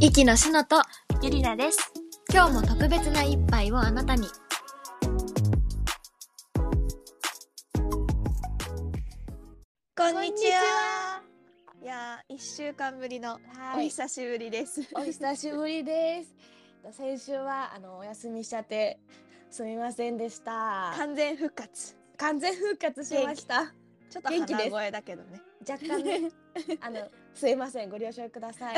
牧野しのとゆりなです。今日も特別な一杯をあなたににこんにちちはは。いやー、一週間ぶりのおはい。久しぶりです。お久しぶりです。先週はあのお休みしちゃってすみませんでした。完全復活。完全復活しました。ちょっと元気です鼻声だけどね。若干ね、 あのすいませんご了承ください。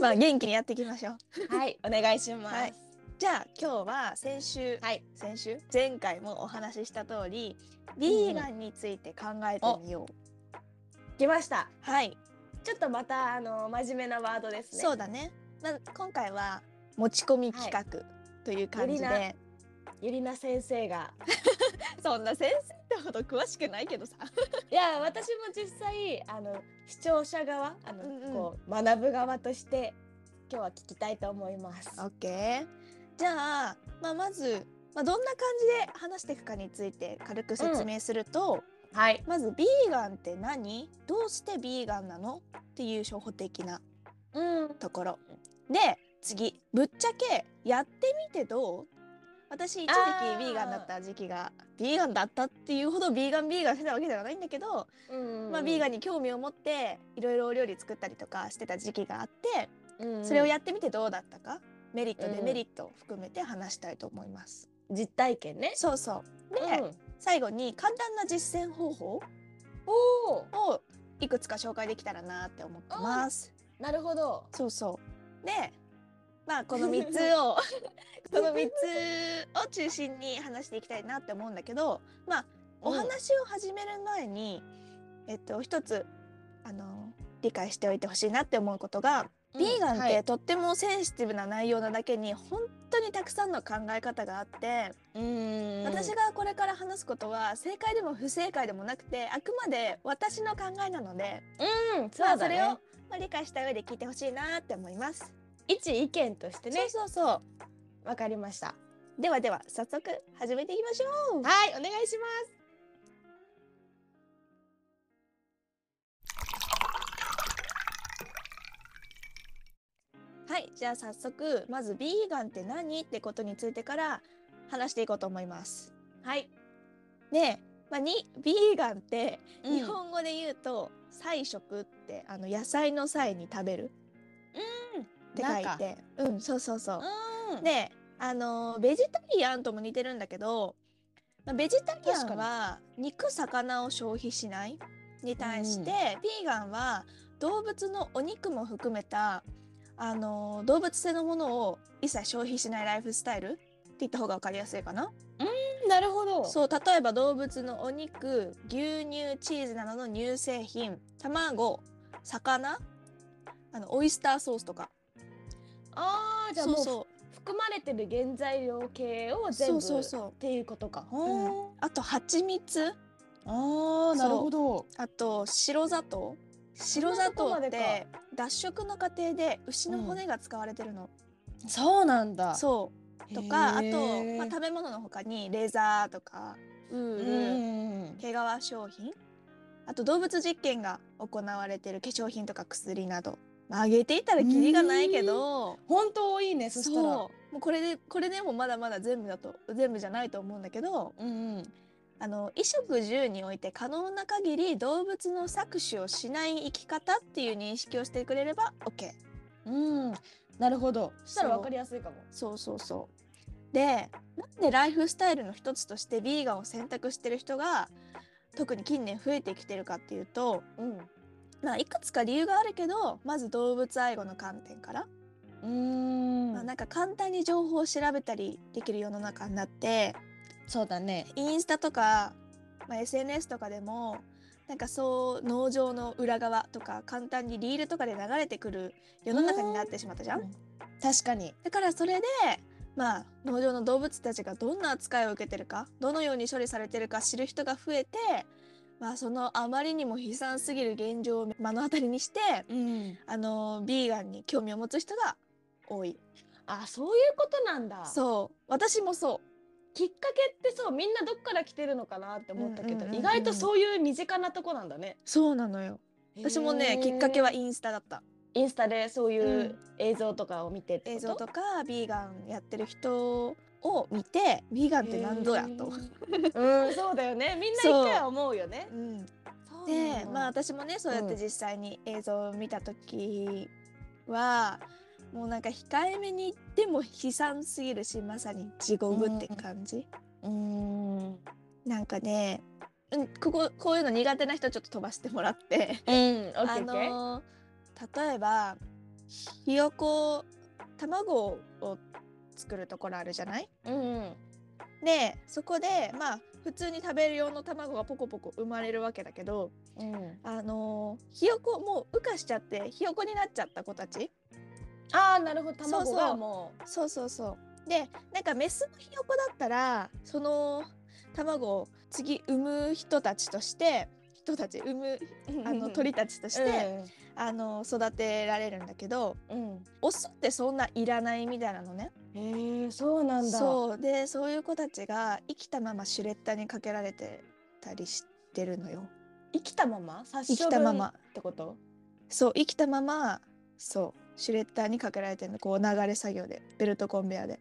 まあ元気にやっていきましょう。はい、お願いします。はいじゃあ今日は先週、はい先週前回もお話しした通り、ビーガンについて考えてみよう。来ました。はい、ちょっとまたあの真面目なワードですね。そうだね。まあ今回は持ち込み企画という感じで、ゆゆりな先生が、そんな先生ってほど詳しくないけどさ。いや私も実際あの視聴者側、あの、うんうんこう学ぶ側として今日は聞きたいと思います。オッケー。じゃあ、まあ、まず、まあ、どんな感じで話していくかについて軽く説明すると、はい。まずビーガンって何どうしてビーガンなのっていう初歩的なうん。ところで次ぶっちゃけやってみてどう私一時あー期ビーガンだった時期がビーガンだったっていうほどビーガンビーガンしてたわけではないんだけど、うんまあ、ビーガンに興味を持っていろいろお料理作ったりとかしてた時期があって、うんそれをやってみてどうだったかメリットうんデメリットを含めて話したいと思います。実体験ね。そうそうで、うん最後に簡単な実践方法おお、をいくつか紹介できたらなって思ってます。なるほど。そうそうでまあこの3つを この3つを中心に話していきたいなって思うんだけどまあお話を始める前に、えっと一つあの理解しておいてほしいなって思うことがビーガンっはていとってもセンシティブな内容なだけに本当にたくさんの考え方があって、うん私がこれから話すことは正解でも不正解でもなくてあくまで私の考えなのでうん、まそうあそだれをね。まあ理解した上で聞いてほしいなって思います。一意見としてね。そうそうそわかりました。うではでは早速始めていきましょうはい、お願いします。はいじゃあ早速まずビーガンって何ってことについてから話していこうと思います。はい。で、まあ、にビーガンって日日本。本語で言うと「菜食」ってあの野菜の菜に食べるって書いてうんそうそうそう。うんね。であのーベジタリアンとも似てるんだけど、まあ、ベジタリアンは肉魚を消費しないに対して、ビーガンは動物のお肉も含めたあのー動物性のものを一切消費しないライフスタイルって言った方が分かりやすいかな。なるほど。そう例えば動物のお肉牛乳チーズなどの乳製品卵魚あのオイスターソースとかああ、じゃあもそううそう含まれてる原材料系を全そ部うそうそうっていうことか。うんあと蜂蜜ああなるほど。あと白砂糖白砂糖そんなとこまっでて脱色の過程で牛の骨が使われてるの、そうなんだう。そうとかあへと、ーまあ、食べ物の他にレザーとかウうールん。毛皮商品あと動物実験が行われてる化粧品とか薬など、まあ、あげていたらキリがないけど本当多いね。そそしうたら。もうこれでこれでもまだまだ全部だと全部じゃないと思うんだけどうんうん。あの衣食住において可能な限り動物の搾取をしない生き方っていう認識をしてくれれば OK。うん、なるほど。そしたらそうわかりやすいかも。そうそうそう。でなんでライフスタイルの一つとしてビーガンを選択してる人が特に近年増えてきてるかっていうと、まあ、いくつか理由があるけどまず動物愛護の観点から、うん。まあ、なんか簡単に情報を調べたりできる世の中になってそうだね。インスタとか、まあ、SNS とかでもなんかそう農場の裏側とか簡単にリールとかで流れてくる世の中になってしまったじゃん。うん確かに。だからそれで、まあ、農場の動物たちがどんな扱いを受けてるかどのように処理されてるか知る人が増えて、まあ、そのあまりにも悲惨すぎる現状を目の当たりにしてうん。あのビーガンに興味を持つ人が多い。あ、そういうことなんだ。そう私もそうきっかけってそうみんなどっから来てるのかなって思ったけうんうんど、うんうん意外とそういう身近なとこなんだね。そうなのよ私もねきっかけはインスタだった。インスタでそういううん映像とかを見てって映こと、像とかビーガンやってる人を見てビーガンって何度やと、うんそうだよねみんな一回は思うよねうん、そうなでのまあ私もねそうやって実際に映像を見た時は、もうなんか控えめに言っても悲惨すぎるしまさに地獄って感じ、うんうんなんかね、うん、こここういうの苦手な人ちょっと飛ばしてもらってオッケーオあッケーのー例えばひよこ卵を作るところあるじゃないうんでそこでまあ普通に食べる用の卵がポコポコ生まれるわけだけどうんあのーひよこもう羽化しちゃってひよこになっちゃった子たちああなるほどそうそ卵うがもうそうそうそうでなんかメスのひよこだったらその卵を次産む人たちとして人たち産むあの鳥たちとして、あの育てられるんだけどうんうんオスってそんないらないみたいなのねへえそうなんだそうでそういう子たちが生きたままシュレッダーにかけられてたりしてるのよ生きたまま生きたままってことそう生きたままそうシュレッダーにかけられてるのこう流れ作業でベルトコンベヤーで、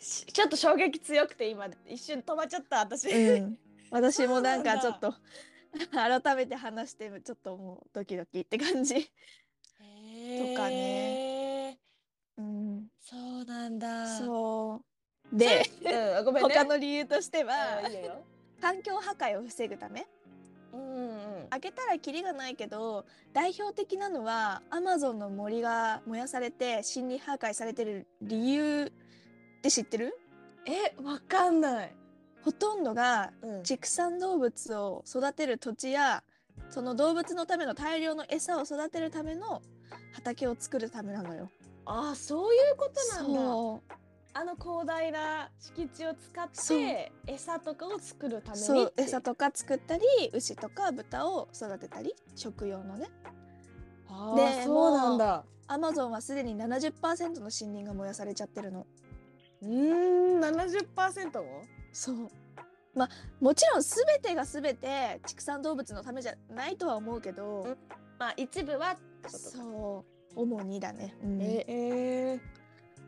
しちょっと衝撃強くて今一瞬止まっちゃった私、 うん、 私もなんかちそょうなっんと 改めて話してちょっともうドキドキって感じ、へーとかねうん、そうなんだそうで、うん、ごめんね他の理由としては、うんいいよ環境破壊を防ぐためうんうん開けたらキリがないけど代表的なのはアマゾンの森が燃やされて森林破壊されてる理由って知ってるえわかんない、ほとんどがうん畜産動物を育てる土地やその動物のための大量の餌を育てるための畑を作るためなのよ。あそういうことなんだそうあの広大な敷地を使っそうて餌とかを作るためにそうって餌とか作ったり牛とか豚を育てたり食用のねあーでそうなんだアマゾンはすでに70%の森林が燃やされちゃってるの。うーん70%もそうまあもちろん全てが全て畜産動物のためじゃないとは思うけど、うんまあ一部はってことかそう主にだね、うんええー、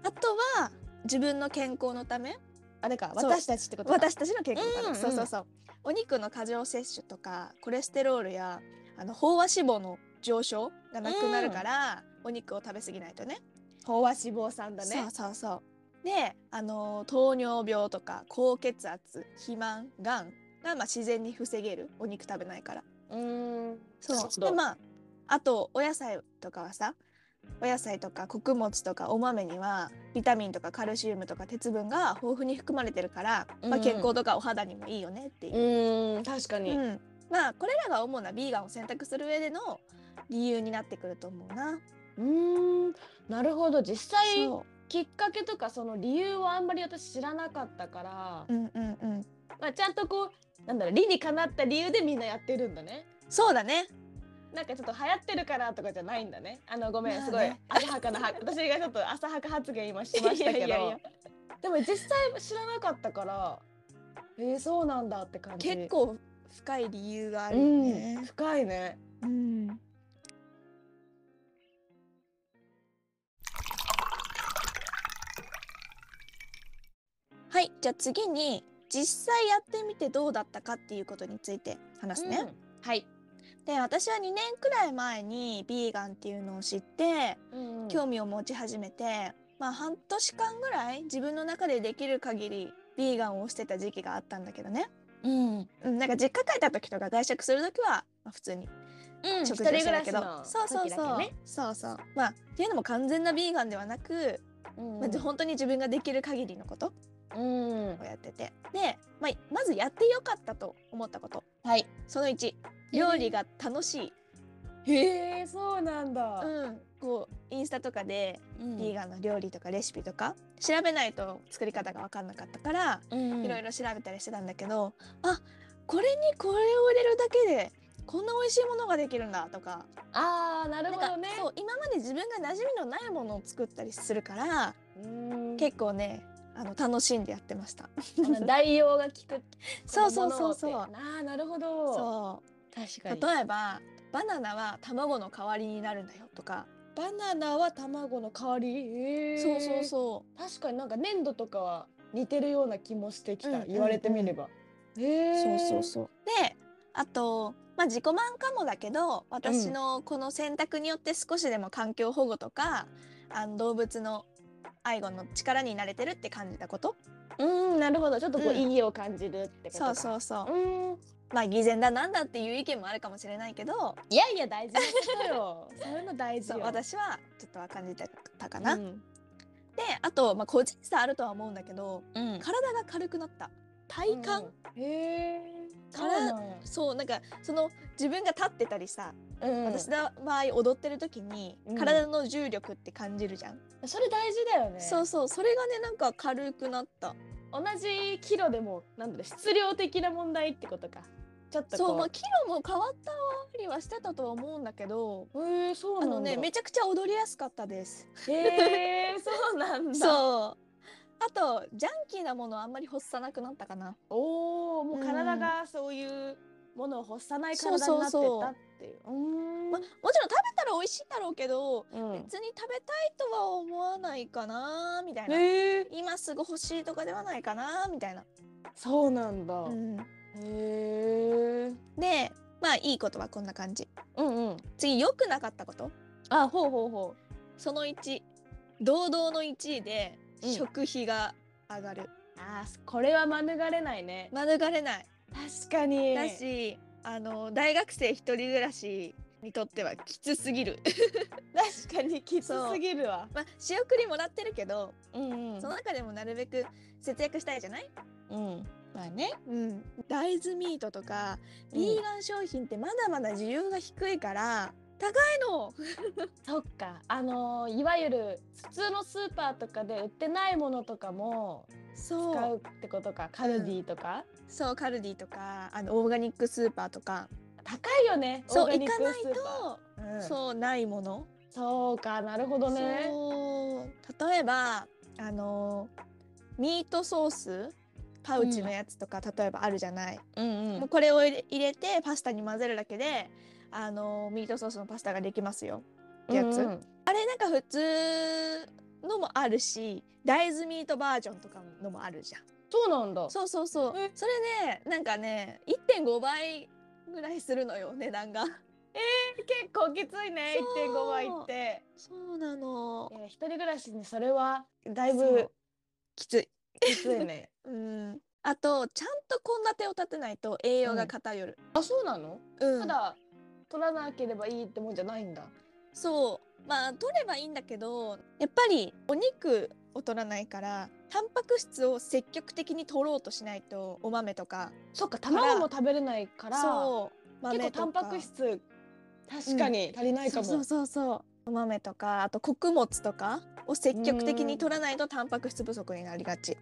あとは自分の健康のためあれかそう私たちってことか私たちの健康のため、うんうんそうそうそうお肉の過剰摂取とかコレステロールやあの飽和脂肪の上昇がなくなるから、お肉を食べ過ぎないとね飽和脂肪酸だそねうそうそうであの糖尿病とか高血圧肥満がんが、まあ、自然に防げるお肉食べないから。うーんそうででまあまああとお野菜とかはさお野菜とか穀物とかお豆にはビタミンとかカルシウムとか鉄分が豊富に含まれてるから、うんまうあ、ん健康とかお肌にもいいよねってういう、ーん確かに、うんまあこれらが主なビーガンを選択する上での理由になってくると思うな。うーんなるほど実際そきっかけとかその理由はあんまり私知らなかったから、う,、うんうんうん、まあ、ちゃんとこうなんだろう理にかなった理由でみんなやってるんだねそうだねなんかちょっと流行ってるからとかじゃないんだねあのごめん、まあすごいね浅はか なは私がちょっと浅はか発言今しましたけどいやいやいやでも実際知らなかったからえー、そうなんだって感じ結構深い理由があるうよん、ね。深いねうんはいじゃあ次に実際やってみてどうだったかっていうことについて話すね。うんはい、で私は2年くらい前にビーガンっていうのを知ってうん興味を持ち始めて、まあ半年間ぐらい自分の中でできる限りビーガンをしてた時期があったんだけどね。うん、うん、うん、なんか実家帰った時とか外食する時は、まあ、普通に一人食事をし暮てらしるけどのそうそう時だそう、けねそうそうまあっていうのも完全なビーガンではなく、うんまあ、本当に自分ができる限りのことうんをやっててで、まあ、まずやってよかったと思ったことはいその1料理が楽しい、へえそうなんだ、うん、こうインスタとかでうんビーガンの料理とかレシピとか調べないと作り方が分かんなかったからうんいろいろ調べたりしてたんだけど、あこれにこれを入れるだけでこんな美味しいものができるんだとかああなるなんほかどねそう今まで自分が馴染みのないものを作ったりするから、うん結構ねあの楽しんでやってました。 あの代用が効くそうそうそうそうああーなるほどそ確うか例にえばバナナは卵の代わりになるんだよとか、バナナは卵の代わり。えーそうそうそう確かになんか粘土とかは似てるような気もしてきた、うん言われてみれば、へーそう。であと、まあ、自己満かもだけど私のこの選択によって少しでも環境保護とか、あの動物の愛護の力になれてるって感じたことうんなるほどちょっとこううん意義を感じるってことそか、うそうそううんうまあ偽善だなんだっていう意見もあるかもしれないけどいやいや大事なことよ そういうの大事そうよ私はちょっとは感じてたかな。うでんあと、まあ、個人差あるとは思うんだけどうん体が軽くなった体幹、うんへえからそうなんかその自分が立ってたりさ、私私だの場合踊ってる時にうん体の重力って感じるじゃん、それ大事だよねそうそうそれがねなんか軽くなった同じキロでもなんだろう質量的な問題ってことかちょっとこそうまあキロも変わったりはしてたとは思うんだけどうへえそうあなんだのねめちゃくちゃ踊りやすかったですへえ そうなんだそうあとジャンキーなものはあんまり欲さなくなったかなおおもう体がそういうものを欲さない体になってったっていう。うーんまもちろん食べたら美味しいんだろうけどうん別に食べたいとは思わないかなみたいな、へえ今すぐ欲しいとかではないかなみたいな、そうなんだ。うん、へえでまあいいことはこんな感じうんうん。次良くなかったことあほうほうほう。その1堂々の1位でうん食費が上がる、あーこれは免れないね。免れない確かに。だしあの大学生一人暮らしにとってはきつすぎる確かにきつすぎるわ。まあ仕送りもらってるけど、うんうんその中でもなるべく節約したいじゃない、うん。まあね。うん、大豆ミートとかうんビーガン商品ってまだまだ需要が低いから高いのそっかあのーいわゆる普通のスーパーとかで売ってないものとかも使そううってことかカルディとか、そうカルディとかあのオーガニックスーパーとか、高いよね。そうオーガニック行かないスーパーうんそうないものそうか、なるほどね。そう例えばあのミートソースパウチのやつとか、例えばあるじゃない、うんもうこれを入れ入れてパスタに混ぜるだけであのミートソースのパスタができますよってやつ、うんうんあれなんか普通のもあるし大豆ミートバージョンとかのもあるじゃんそうなんだ。そうそうそうえそれねなんかね1.5倍ぐらいするのよ値段が結構きついね、そう1.5倍って。そうなのいや、一人暮らしにそれはだいそぶうきついきついね。うん、あとちゃんと献立を立てないと栄養が偏る、 あ、そうなの？うんただ取らなければいいってもんじゃないんだ。そうまあ取ればいいんだけどやっぱりお肉を取らないからタンパク質を積極的に取ろうとしないとお豆とかそっか、卵も食べれないから、そう結豆構とかタンパク質確かに足りないかも。そうそうそうそうお豆とかあと穀物とかを積極的に取らないとタンパク質不足になりがち。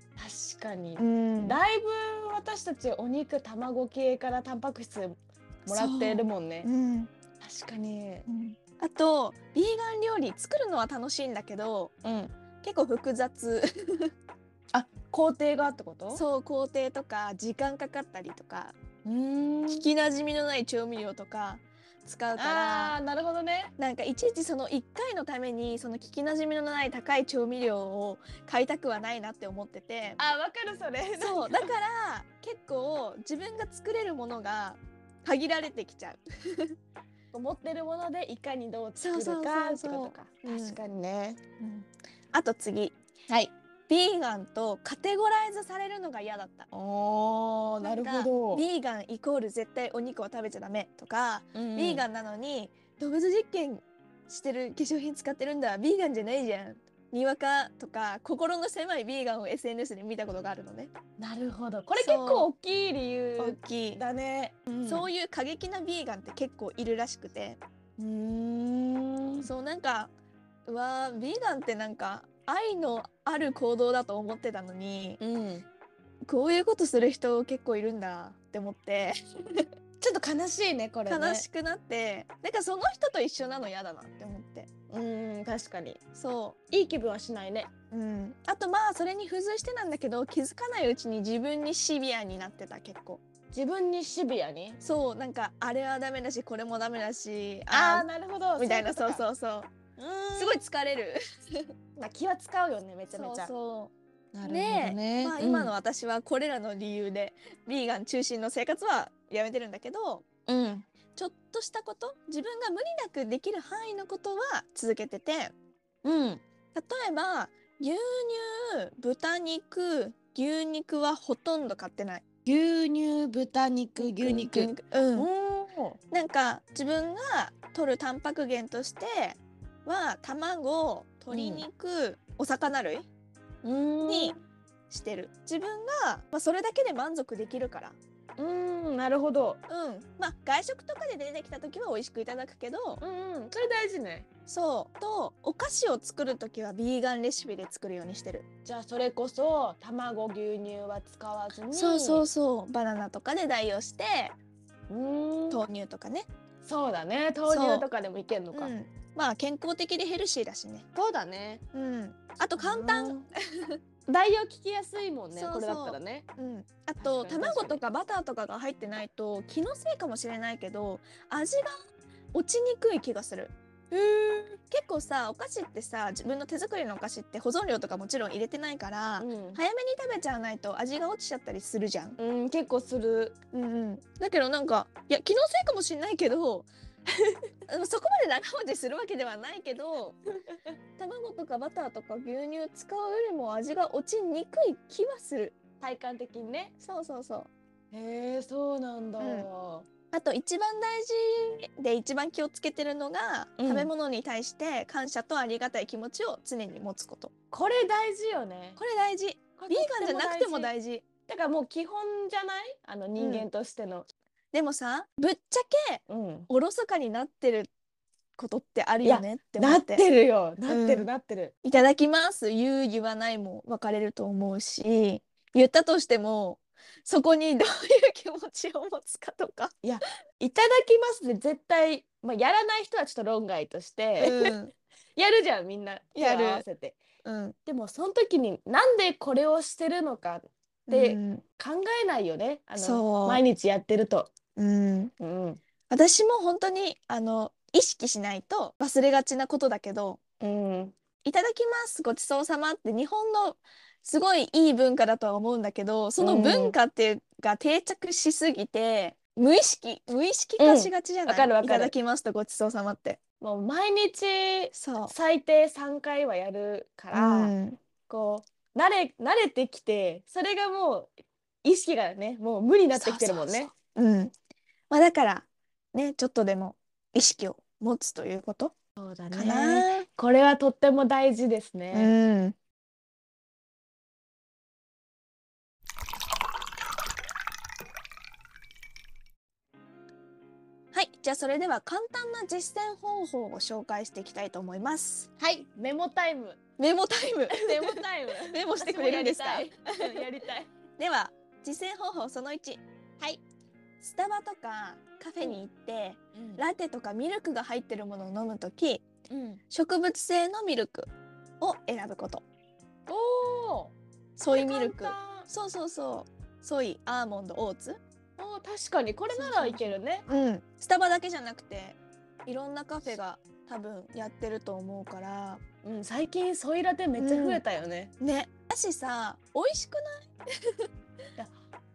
確かに。んだいぶ私たちお肉卵系からタンパク質もらってるもんねう。ん確かに。うんあとビーガン料理作るのは楽しいんだけどうん。結構複雑工程がってこと？そう工程とか時間かかったりとかうーん。聞きなじみのない調味料とか使うかああらーなるほどね。なんかいちいちその1回のためにその聞きなじみのない高い調味料を買いたくはないなって思っててあわかるそれ。う。 そうだから結構自分が作れるものが限られてきちゃう。持ってるものでいかにどう作るそうかそっうてそうこそうとか。うん確かにね。あと次はい。ビーガンとカテゴライズされるのが嫌だった。おおなるほど。ビーガンイコール絶対お肉を食べちゃダメとかビビーガン。ンなのに動物実験してる化粧品使ってるんだビーガンじゃないじゃんにわかとか心の狭いビーガンを SNS で見たことがあるのねなるほど。これ結そう構大きい理大由きい、だね。そういいう過激なビーガンって結構いるらしくてう。ん。そうなんかうわービーガンってなんか愛のある行動だと思ってたのにうん。こういうことする人結構いるんだって思ってちょっと悲しいねこれね。悲しくなってなんかその人と一緒なの嫌だなって思ってうん確かに。そういい気分はしないね。うん、あとまあそれに付随してなんだけど気づかないうちに自分にシビアになってた結構自分にシビアにそうなんかあれはダメだしこれもダメだしあああなるほどーみたいなそううそうそうことかうーんすごい疲れるまあ気は使うよねめちゃめそうちゃそなるうほどねでまあ、今の私はこれらの理由でビーガン中心の生活はやめてるんだけどうん、うんちょっとしたこと自分が無理なくできる範囲のことは続けてて例うんえば牛乳豚肉牛肉はほとんど買ってない牛乳豚肉牛肉うん、おーなんか自分が取るタンパク源としては卵鶏肉、お魚類うーんにしてる自分が、まあ、それだけで満足できるからうーんなるほどうんまあ外食とかで出てきた時は美味しくいただくけどうんうんそれ大事ねそうとお菓子を作る時はビーガンレシピで作るようにしてる、じゃあそれこそ卵牛乳は使わずにそうそうそうバナナとかで代用してうーん豆乳とかね、そうだね豆乳とかでもいけんのかうんまあ健康的でヘルシーだしねそうだねうんあと簡単あー代用聞きやすいもんねそうそこうれだったらねうん、あと確かに確か卵にとかバターとかが入ってないと気のせいかもしれないけど味が落ちにくい気がする結構さお菓子ってさ自分の手作りのお菓子って保存料とかもちろん入れてないから、うん早めに食べちゃわないと味が落ちちゃったりするじゃん、うん結構するうんうん、だけどなんかいや気のせいかもしれないけど あのそこまで長持ちするわけではないけ ど卵とかバターとか牛乳使うよりも味が落ちにくい気はする体感的にねそうそうそうへえそうなんだ、ううんん、あと一番大事で一番気をつけてるのが、うん食べ物に対して感謝とありがたい気持ちを常に持つことこれ大事よねこれ大事ビーガンじゃなくても事大事だからもう基本じゃないあの人間としてのでもさぶっちゃけうん、おろそかになってることってあるよねって思なっっててるよなってうるんなってる、いただきます言う言わないも分かれると思うし言ったとしてもそこにどういう気持ちを持つかとか、いただきますで絶対まあやらない人はちょっと論外として、んやるじゃんみんなやる手を合わせて うん、でもその時になんでこれをしてるのかでうん考えないよねあそのう毎日やってると、うん、うん私も本当にあの意識しないと忘れがちなことだけどうん、 「いただきますごちそうさま」って日本のすごいいい文化だとは思うんだけどそのうん文化っていうが定着しすぎて無意識無意識化しがちじゃない、うんわかるわかるいただきますとごちそうさまってもう毎日そう最低3回はやるから、うんこう慣れ慣れてきてそれがもう意識がねもう無になってきてるもんね。そうそうそううんまあだからねちょっとでも意識を持つということそうだかな、これはとっても大事ですね。うんはい、じゃあそれでは簡単な実践方法を紹介していきたいと思います。はい、メモタイム。メモタイム。 メモタイム。メモしてくれるんですか私もやりたい。うんやりたい。 では実践方法その1。はい。スタバとかカフェに行って、ラテとかミルクが入ってるものを飲むとき、うん。植物性のミルクを選ぶこと。おお。ソイミルクこれ。簡単そうそうそう。ソイ、アーモンド、オーツ。おー確かにこれならいけるね。うん、スタバだけじゃなくていろんなカフェが多分やってると思うからうん、最近ソイラテめっちゃ増えたよね。ねだしさ美味しく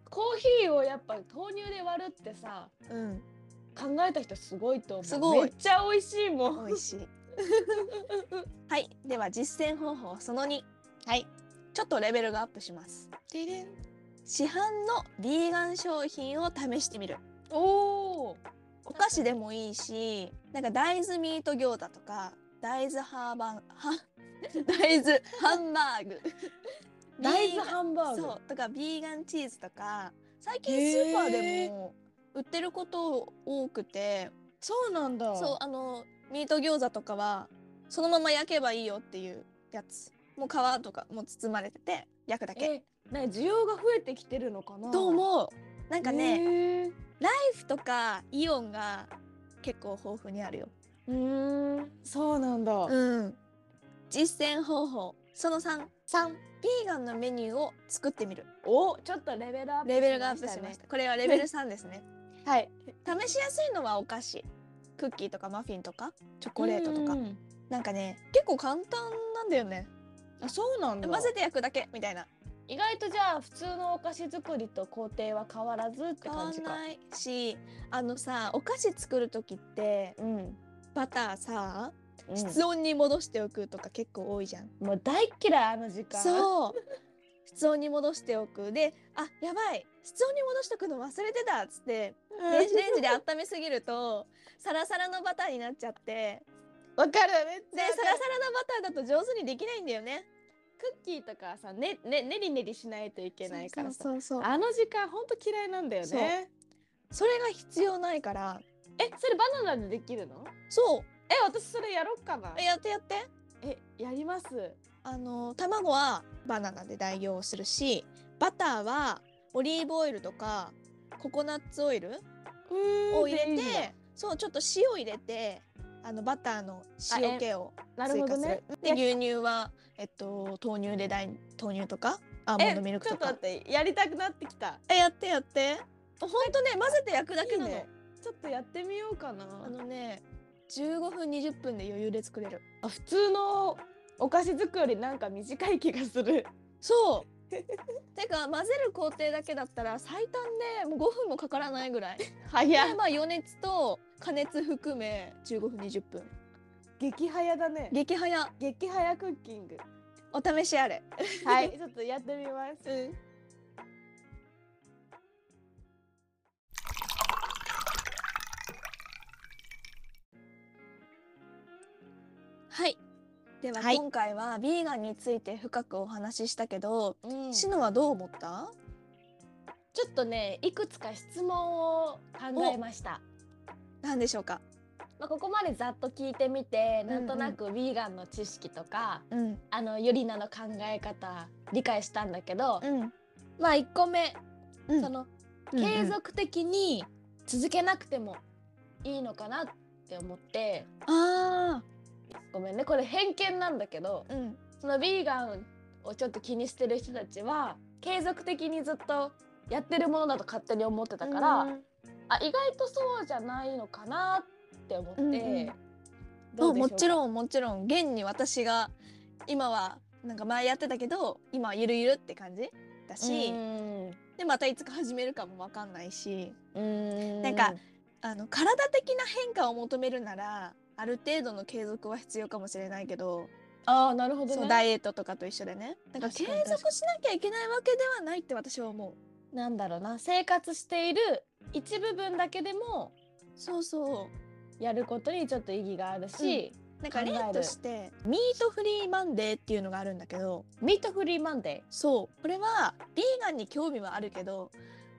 コーヒーをやっぱ豆乳で割るってさ、ない、考えた人すごいと思う。すごいめっちゃ美味しいもん。美味しい はいでは実践方法その2はいちょっとレベルがアップします市販のビーガン商品を試してみるおお。お菓子でもいいしなんか大豆ミート餃子とか大豆ハーバンは 大豆ハンバー グ大豆ハンバーグ。そうとかビーガンチーズとか最近スーパーでも売ってること多くてそうなんだそうあのミート餃子とかはそのまま焼けばいいよっていうやつもう皮とかも包まれてて焼くだけえ、ね、需要が増えてきてるのかな。どうう思うなんかねね。ライフとかイオンが結構豊富にあるようーん、そうなんだ。うん実践方法その3三、ビーガンのメニューを作ってみるおちょっとレベルアップレベルがアップしましたこれはレベル3ですねた はい試しやすいのはお菓子クッキーとかマフィンとかチョコレートとかうんなんかね結構簡単なんだよねあそうなんだ混ぜて焼くだけみたいな意外とじゃあ普通のお菓子作りと工程は変わらずって変わ感んじかないしあのさお菓子作る時ってうん、バターさうん室温に戻しておくとか結構多いじゃん、もう大っ嫌いあの時間そう 室温に戻しておくであやばい室温に戻しておくの忘れてたっつってうん電子レンジで温めすぎるとサラサラのバターになっちゃってわかるめっでちゃサラわサかラるのバターだと上手にできないんだよね。クッキーとかさねねねりねりしないといけないからさそうそうそうあの時間ほんと嫌いなんだよねそれが必要ないからえそれバナナでできるのそえ私それやろっかなうやってやってえやりますあの卵はバナナで代用するしバターはオリーブオイルとかココナッツオイルを入れて、便利だそうちょっと塩入れてあのバターの塩気をなる追ほ加どするねで牛乳は、えっと、豆乳で代豆乳とかアーモンドミルクちょとっとか待ってやりたくなってきたえやってやってほんとね混ぜて焼くだけなのいいねちょっとやってみようかなあのね15分20分で余裕で作れるあ普通のお菓子作りなんか短い気がするそう てか混ぜる工程だけだったら最短でもう5分もかからないぐ らい早でまあ余熱と加熱含め15分20分激早だね激早激早クッキングお試しあれはい ちょっとやってみますうんはいでははい今回はビーガンについて深くお話ししたけど、うんシノはどう思ったちょっとねいくつか質問を考えました、なんでしょうかまあ、ここまでざっと聞いてみてんうなんんとなくヴィーガンの知識とか、うんあのユリナの考え方理解したんだけど、うんまあ1個目、うんその継継続続的に続けなくてもいいのかなって思って、あごめんねこれ偏見なんだけどあうんそのヴィーガンをちょっと気にしてる人たちは継続的にずっとやってるものだと勝手に思ってたから、あ意外とそうじゃないのかなって思って、うんうんどうでしょうもちろんもちろん現に私が今はなんか前やってたけど今はゆるゆるって感じだし、うんでまたいつか始めるかもわかんないしうんなんかあの体的な変化を求めるならある程度の継続は必要かもしれないけどああなるほどそうダねイエットとかと一緒でねなんか継確かに確か続しなきゃいけないわけではないって私は思うなんだろうな生活している一部分だけでもそうそやることにちょっと意義があるし、うなんか考え例るとしてミートフリーマンデーっていうのがあるんだけどミートフリーマンデそうこれはビーガンに興味はあるけど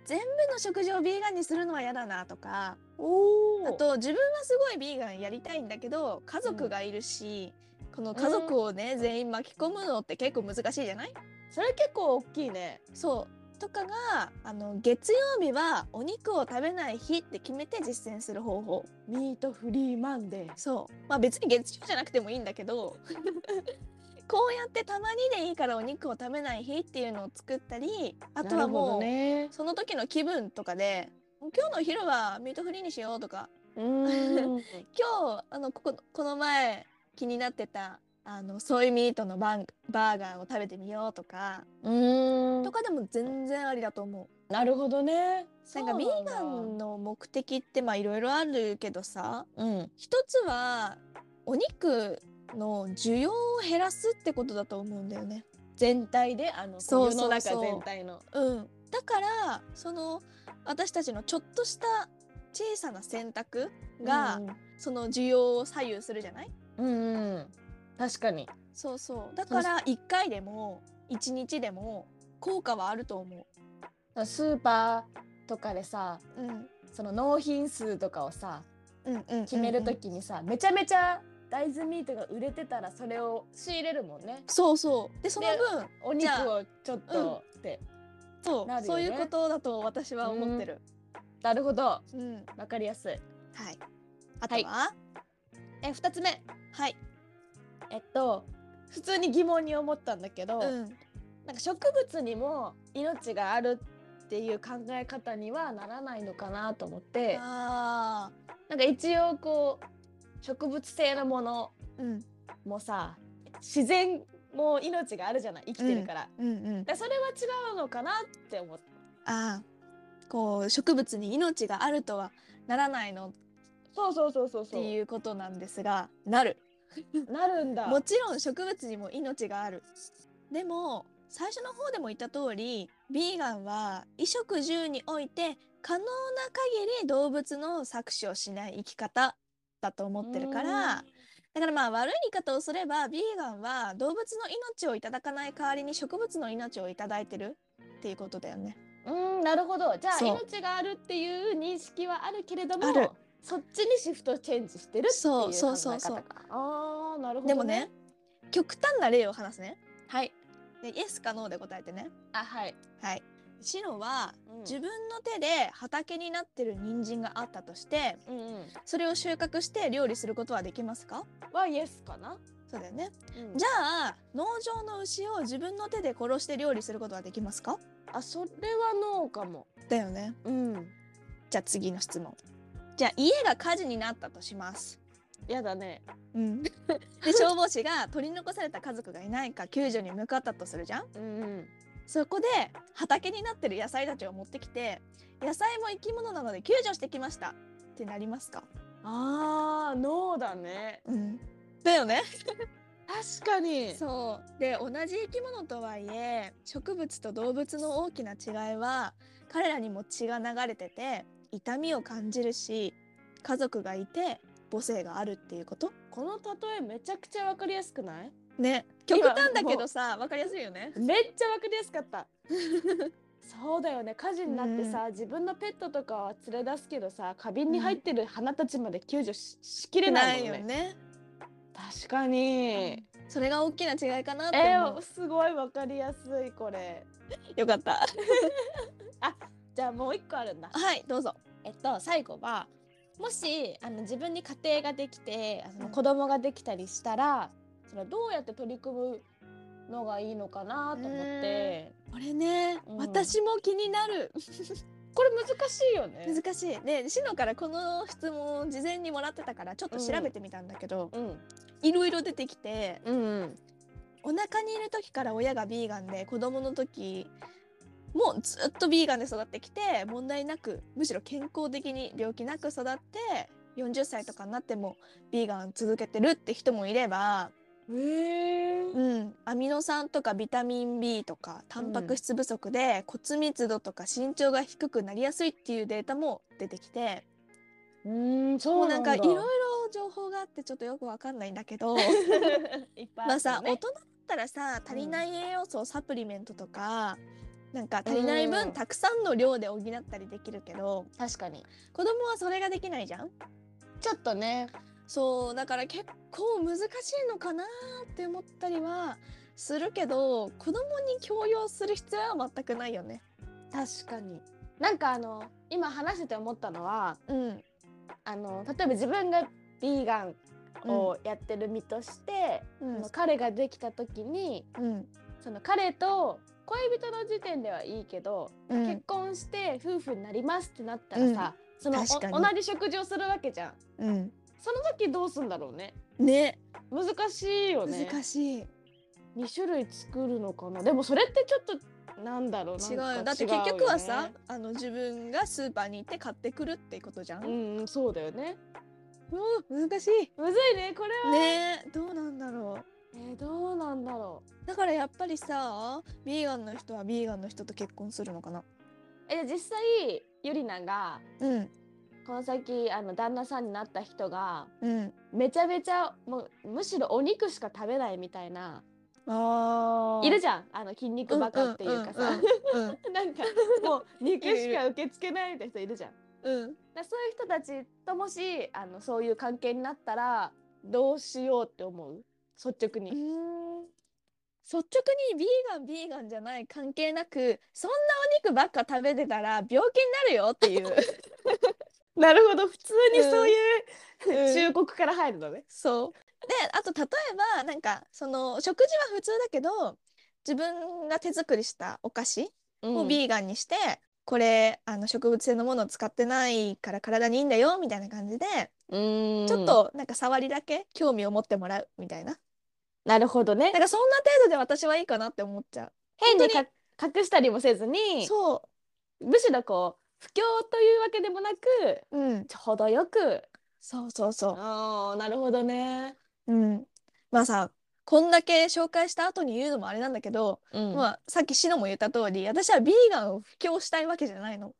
全部の食事をビーガンにするのは嫌だなとかーおあと自分はすごいビーガンやりたいんだけど家族がいるし、この家族をね、全員巻き込むのって結構難しいじゃないそれ結構大きいねそうとかがあの月曜日はお肉を食べない日って決めて実践する方法ミートフリーマンデーそうまあ別に月曜じゃなくてもいいんだけど こうやってたまにでいいからお肉を食べない日っていうのを作ったりあとはもう、ねその時の気分とかで今日のお昼はミートフリーにしようとかう ーん今日あのこここの前気になってたあのソイミートのバンバーガーを食べてみようとか、うーんとかでも全然ありだと思う。なるほどねなんかビーガンの目的ってまあいろいろあるけどさうん一つはお肉の需要を減らすってことだと思うんだよね。全体であのそう世の中そうそう全体のうん、だからその私たちのちょっとした小さな選択が、その需要を左右するじゃないうんうんうん確かにそうそうだから1回でも1日でも効果はあると思スーパーとかでさう、うん、その納品数とかをさうんうん決めるときにさ、めちゃめちゃ大豆ミートが売れてたらそれを仕入れるもんねそうそうでそので分お肉をちょっとって、そう、なるよそうねいうことだと私は思ってる、なるほどうんわかりやすいはいあとははい、え二つ目えっと普通に疑問に思ったんだけど、うんなんか植物にも命があるっていう考え方にはならないのかなと思ってあなんか一応こう植物性のものーうんもさ自然も命があるじゃない生きてるから,、うんうんでそれは違うのかなって思ったあーこう植物に命があるとはならないのっそうそうそうそうそてういうことなんですがなるなるんだもちろん植物にも命があるでも最初の方でも言った通りビーガンは衣食住において可能な限り動物の搾取をしない生き方だと思ってるから、だからまあ悪い言い方をすればビーガンは動物の命をいただかない代わりに植物の命をいただいてるっていうことだよね。うんなるほどじゃあそう命があるっていう認識はあるけれどもあるそっちにシフトチェンジしてるっていうそ考え方うかそうそうそうあーなるほど、ね、でもね極端な例を話すね。はい。でイエスかノーで答えてね。あはい、はい。白はうん自分の手で畑になってる人参があったとしてうんうん、それを収穫して料理することはできますかはイエスかな、そうだよね。うんじゃあ農場の牛を自分の手で殺して料理することはできますかあそれはノーかもだよね。うんじゃあ次の質問。じゃあ家が火事になったとします。やだねうん、で消防士が取り残された家族がいないか救助に向かったとするじゃんうんうんそこで畑になってる野菜たちを持ってきて野菜も生き物なので救助してきましたってなりますか、あーノーだねうん、だよね確かにそうで同じ生き物とはいえ植物と動物の大きな違いは彼らにも血が流れてて痛みを感じるし家族がいて母性があるっていうことこの例えめちゃくちゃわかりやすくないね今極端だけどさわかりやすいよねめっちゃわかりやすかった そうだよね火事になってさ、自分のペットとかは連れ出すけどさ花瓶に入ってる花たちまで救助し,、きれないもんねね確かに、それが大きな違いかなってえ思ー、すごいわかりやすいこれうよかったじゃあもう一個あるんだはいどうぞえっと最後はもしあの自分に家庭ができてあうのん子供ができたりしたら、それどうやって取り組むのがいいのかなと思ってこれね、うん私も気になるこれ難しいよね難しいねしのからこの質問を事前にもらってたからちょっと調べてみたんだけど、うんいろいろ出てきてうんうんお腹にいる時から親がビーガンで子供の時もずっとビーガンで育ってきて問題なくむしろ健康的に病気なく育って40歳とかになってもビーガン続けてるって人もいればへえうん、アミノ酸とかビタミン B とかタンパク質不足で骨密度とか身長が低くなりやすいっていうデータも出てきてうーん、そもううななんんだかいろ いろ情報があってちょっとよくわかんないんだけ どいっぱいまあさる大ね人だったらさ足りない栄養素をサプリメントとかなんか足りないう分んたくさんの量で補ったりできるけど確かに子供はそれができないじゃんちょっとねそうだから結構難しいのかなって思ったりはするけど子供に強要する必要は全くないよね。確かになんかあの今話してて思ったのはうん、あの例えば自分がヴィーガンをやってる身として、そうんの彼ができた時にうんその彼と恋人の時点ではいいけど、うん結婚して夫婦になりますってなったらさ、その確かおに同じ食事をするわけじゃんうんその時どうすんだろうねね難しいよね難しい違二種類作るのかなでもそれってちょっとなんだろううなんかよだって違うよ結ね局はさ、あの自分がスーパーに行って買ってくるってことじゃん、ううんうんそうだよね難しいむずいねこれは、ねえどうなんだろうえーどうなんだろうだからやっぱりさビーガンの人はビーガンの人と結婚するのかなえ実際ゆりながうんこの先あの旦那さんになった人がうんめちゃめちゃもうむしろお肉しか食べないみたいなあいるじじゃんあの筋肉バカっていうかさうん なんかもう肉しか受け付けないみたいな人いるじゃんうんだからそういう人たちともしあのそういう関係になったらどうしようって思う率直うに。ん率直にビーガンビーガンじゃない関係なくそんなお肉ばっか食べてたら病気になるよって いうなるほど普通にそういう、うん忠告から入るのね。そうであと例えばなんかその食事は普通だけど自分が手作りしたお菓子うんをビーガンにして、これあの植物性のものを使ってないから体にいいんだよみたいな感じで、うんちょっとなんか触りだけ興味を持ってもらうみたいななるほどねなんかそんな程度で私はいいかなって思っちゃ変に本当か隠したりもせずうにそむしろこう不況というわけでもなくううん程よくそうそうそああなるほどね、ううんまあさこんだけ紹介した後に言うのもあれなんだけど、うんまあさっきシノも言った通り私はビーガンを布教したいわけじゃないの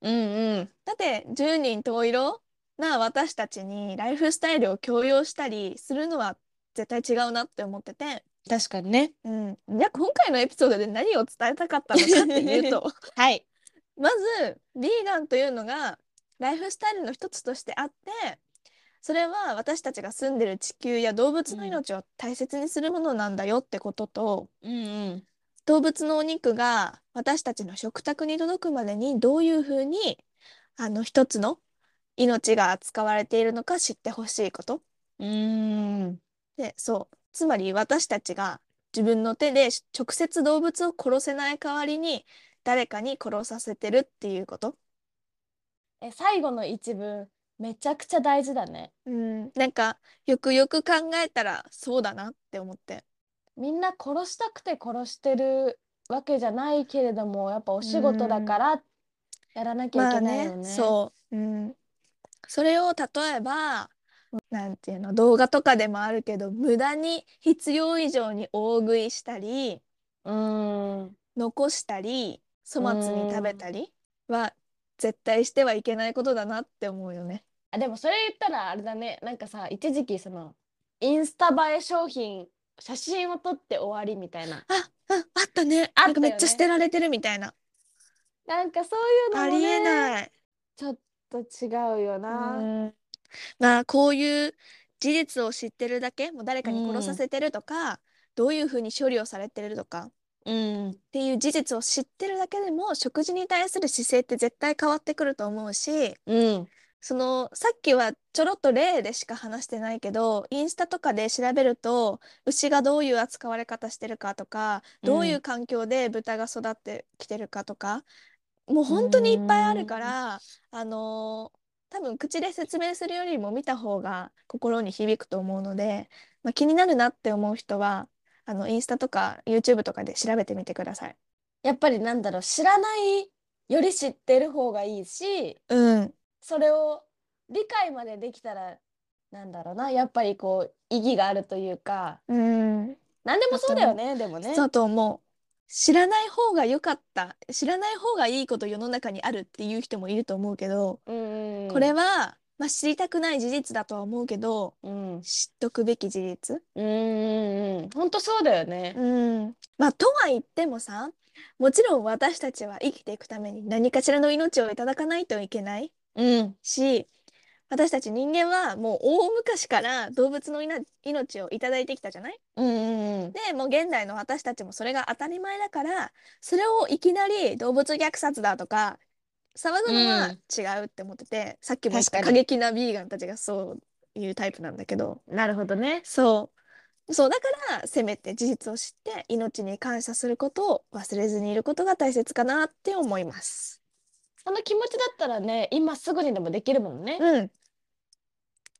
うんうんだって10人十色な私たちにライフスタイルを強要したりするのは絶対違うなって思ってて、確かにねうん、じゃあ今回のエピソードで何を伝えたかったのかっていうとはいまずビーガンというのがライフスタイルの一つとしてあってそれは私たちが住んでる地球や動物の命を大切にするものなんだよってことと、うんうん動物のお肉が私たちの食卓に届くまでにどういうふうにあの一つの命が扱われているのか知ってほしいことうんでそうつまり私たちが自分の手で直接動物を殺せない代わりに誰かに殺させてるっていうこと、え最後の一文めちゃくちゃ大事だねうん、なんかよくよく考えたらそうだなって思ってみんな殺したくて殺してるわけじゃないけれどもやっぱお仕事だからやらなきゃいけないよね。そう、うん、それを例えばなんていうの動画とかでもあるけど無駄に必要以上に大食いしたりうーん残したり粗末に食べたりは絶対してはいけないことだなって思うよね。あでもそれ言ったらあれだねなんかさ一時期そのインスタ映え商品写真を撮って終わりみたいなあああったねあったよねなんかめっちゃ捨てられてるみたいな。なんかそういうのあも、ね、りえいない。ちょっと違うよな。うんまあこういう事実を知ってるだけもう誰かに殺させてるとか、どういうふうに処理をされてるとかうんっていう事実を知ってるだけでも食事に対する姿勢って絶対変わってくると思うしうんそのさっきはちょろっと例でしか話してないけどインスタとかで調べると牛がどういう扱われ方してるかとかどういう環境で豚が育ってきてるかとか、もう本当にいっぱいあるからあのー多分口で説明するよりも見た方が心に響くと思うので、まあ、気になるなって思う人はあのインスタとか YouTube とかで調べてみてください。やっぱりなんだろう知らないより知ってる方がいいしうんそれを理解までできたらなんだろうなやっぱりこう意義があるというかうん、何でもそうだよねでもねそうと思う。知らない方が良かった、知らない方がいいこと世の中にあるっていう人もいると思うけど、うんうんこれは、まあ、知りたくない事実だとは思うけど、うんうん知っとくべき事実。うんうん本当そうだよねうん。まあ、とは言ってもさ、もちろん私たちは生きていくために何かしらの命をいただかないといけないうんし、私たち人間はもう大昔から動物のいな命をいただいてきたじゃないうんうんうんでもう現代の私たちもそれが当たり前だからそれをいきなり動物虐殺だとか騒ぐのはう違うって思ってて、さっきも言った確か過に激なビーガンたちがそういうタイプなんだけどなるほどねそうそうだからせめて事実を知って命に感謝することを忘れずにいることが大切かなって思います。その気持ちだったらね今すぐにでもできるもんねうん、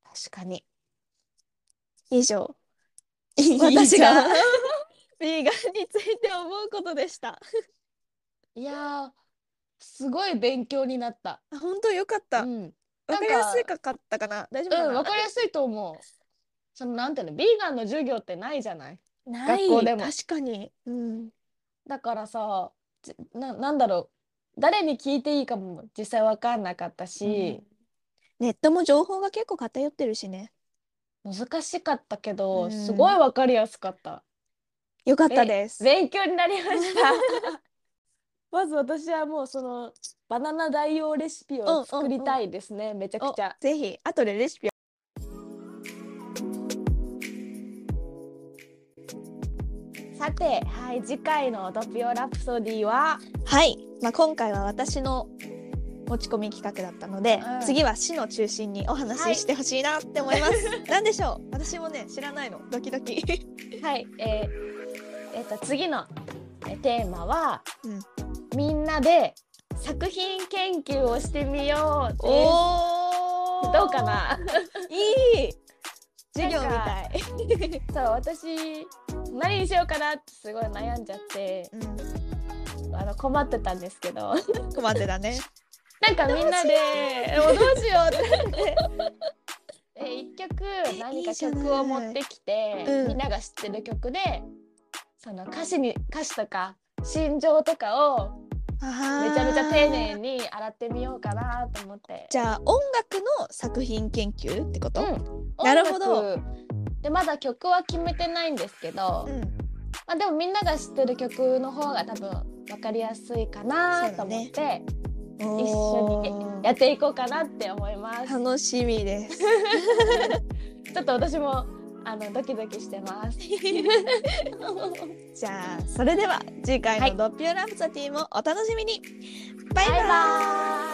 確かに以上いい私じゃがんビーガンについて思うことでした。いやーすごい勉強になったあ本当よかっうた。わ、んかりやすいかかったかな。大丈夫かうな。んわかりやすいと思うそのなんていうのビーガンの授業ってないじゃないない学校でも確かに、うん、だからさじななんだろう誰に聞いていいかも実際わかんなかったし、ネットも情報が結構偏ってるしね難しかったけど、うんすごいわかりやすかったよかったです勉強になりました まず私はもうそのバナナ代用レシピを作りたいですね、めちゃくちゃぜひ後でレシピをさてはい次回の「ドピオラプソディは」はい、まあ、今回は私の持ち込み企画だったので、うん次は市の中心におは話いししてほしいな って思います、なんでしょう私もね知らないのドキドキはい、えーえっと、次のえテーマは、うんみんなで作品研究をしてみようですおーどうかないい授業みたい。 そう私何にしようかなってすごい悩んじゃってあの困ってたんですけど うん、困ってたね。なんかみんなで「もうどうしよう」ってな って。え一曲何か曲を持ってきてうんみんなが知ってる曲でその歌詞に歌詞とか心情とかをめめちゃめちゃ丁寧。に洗ってみようかなと思って。じゃあ音楽の作品研究ってこと？うん、なるほど音楽。でまだ曲は決めてないんですけど、うんまあ、でもみんなが知ってる曲の方が多分分かりやすいかなと思って、一緒にやっていこうかなって思います。楽しみです。ちょっと私もあのドキドキしてます。 じゃあそれでは次回はのいドッピオラプソディもお楽しみに。バイババイイ。バーイ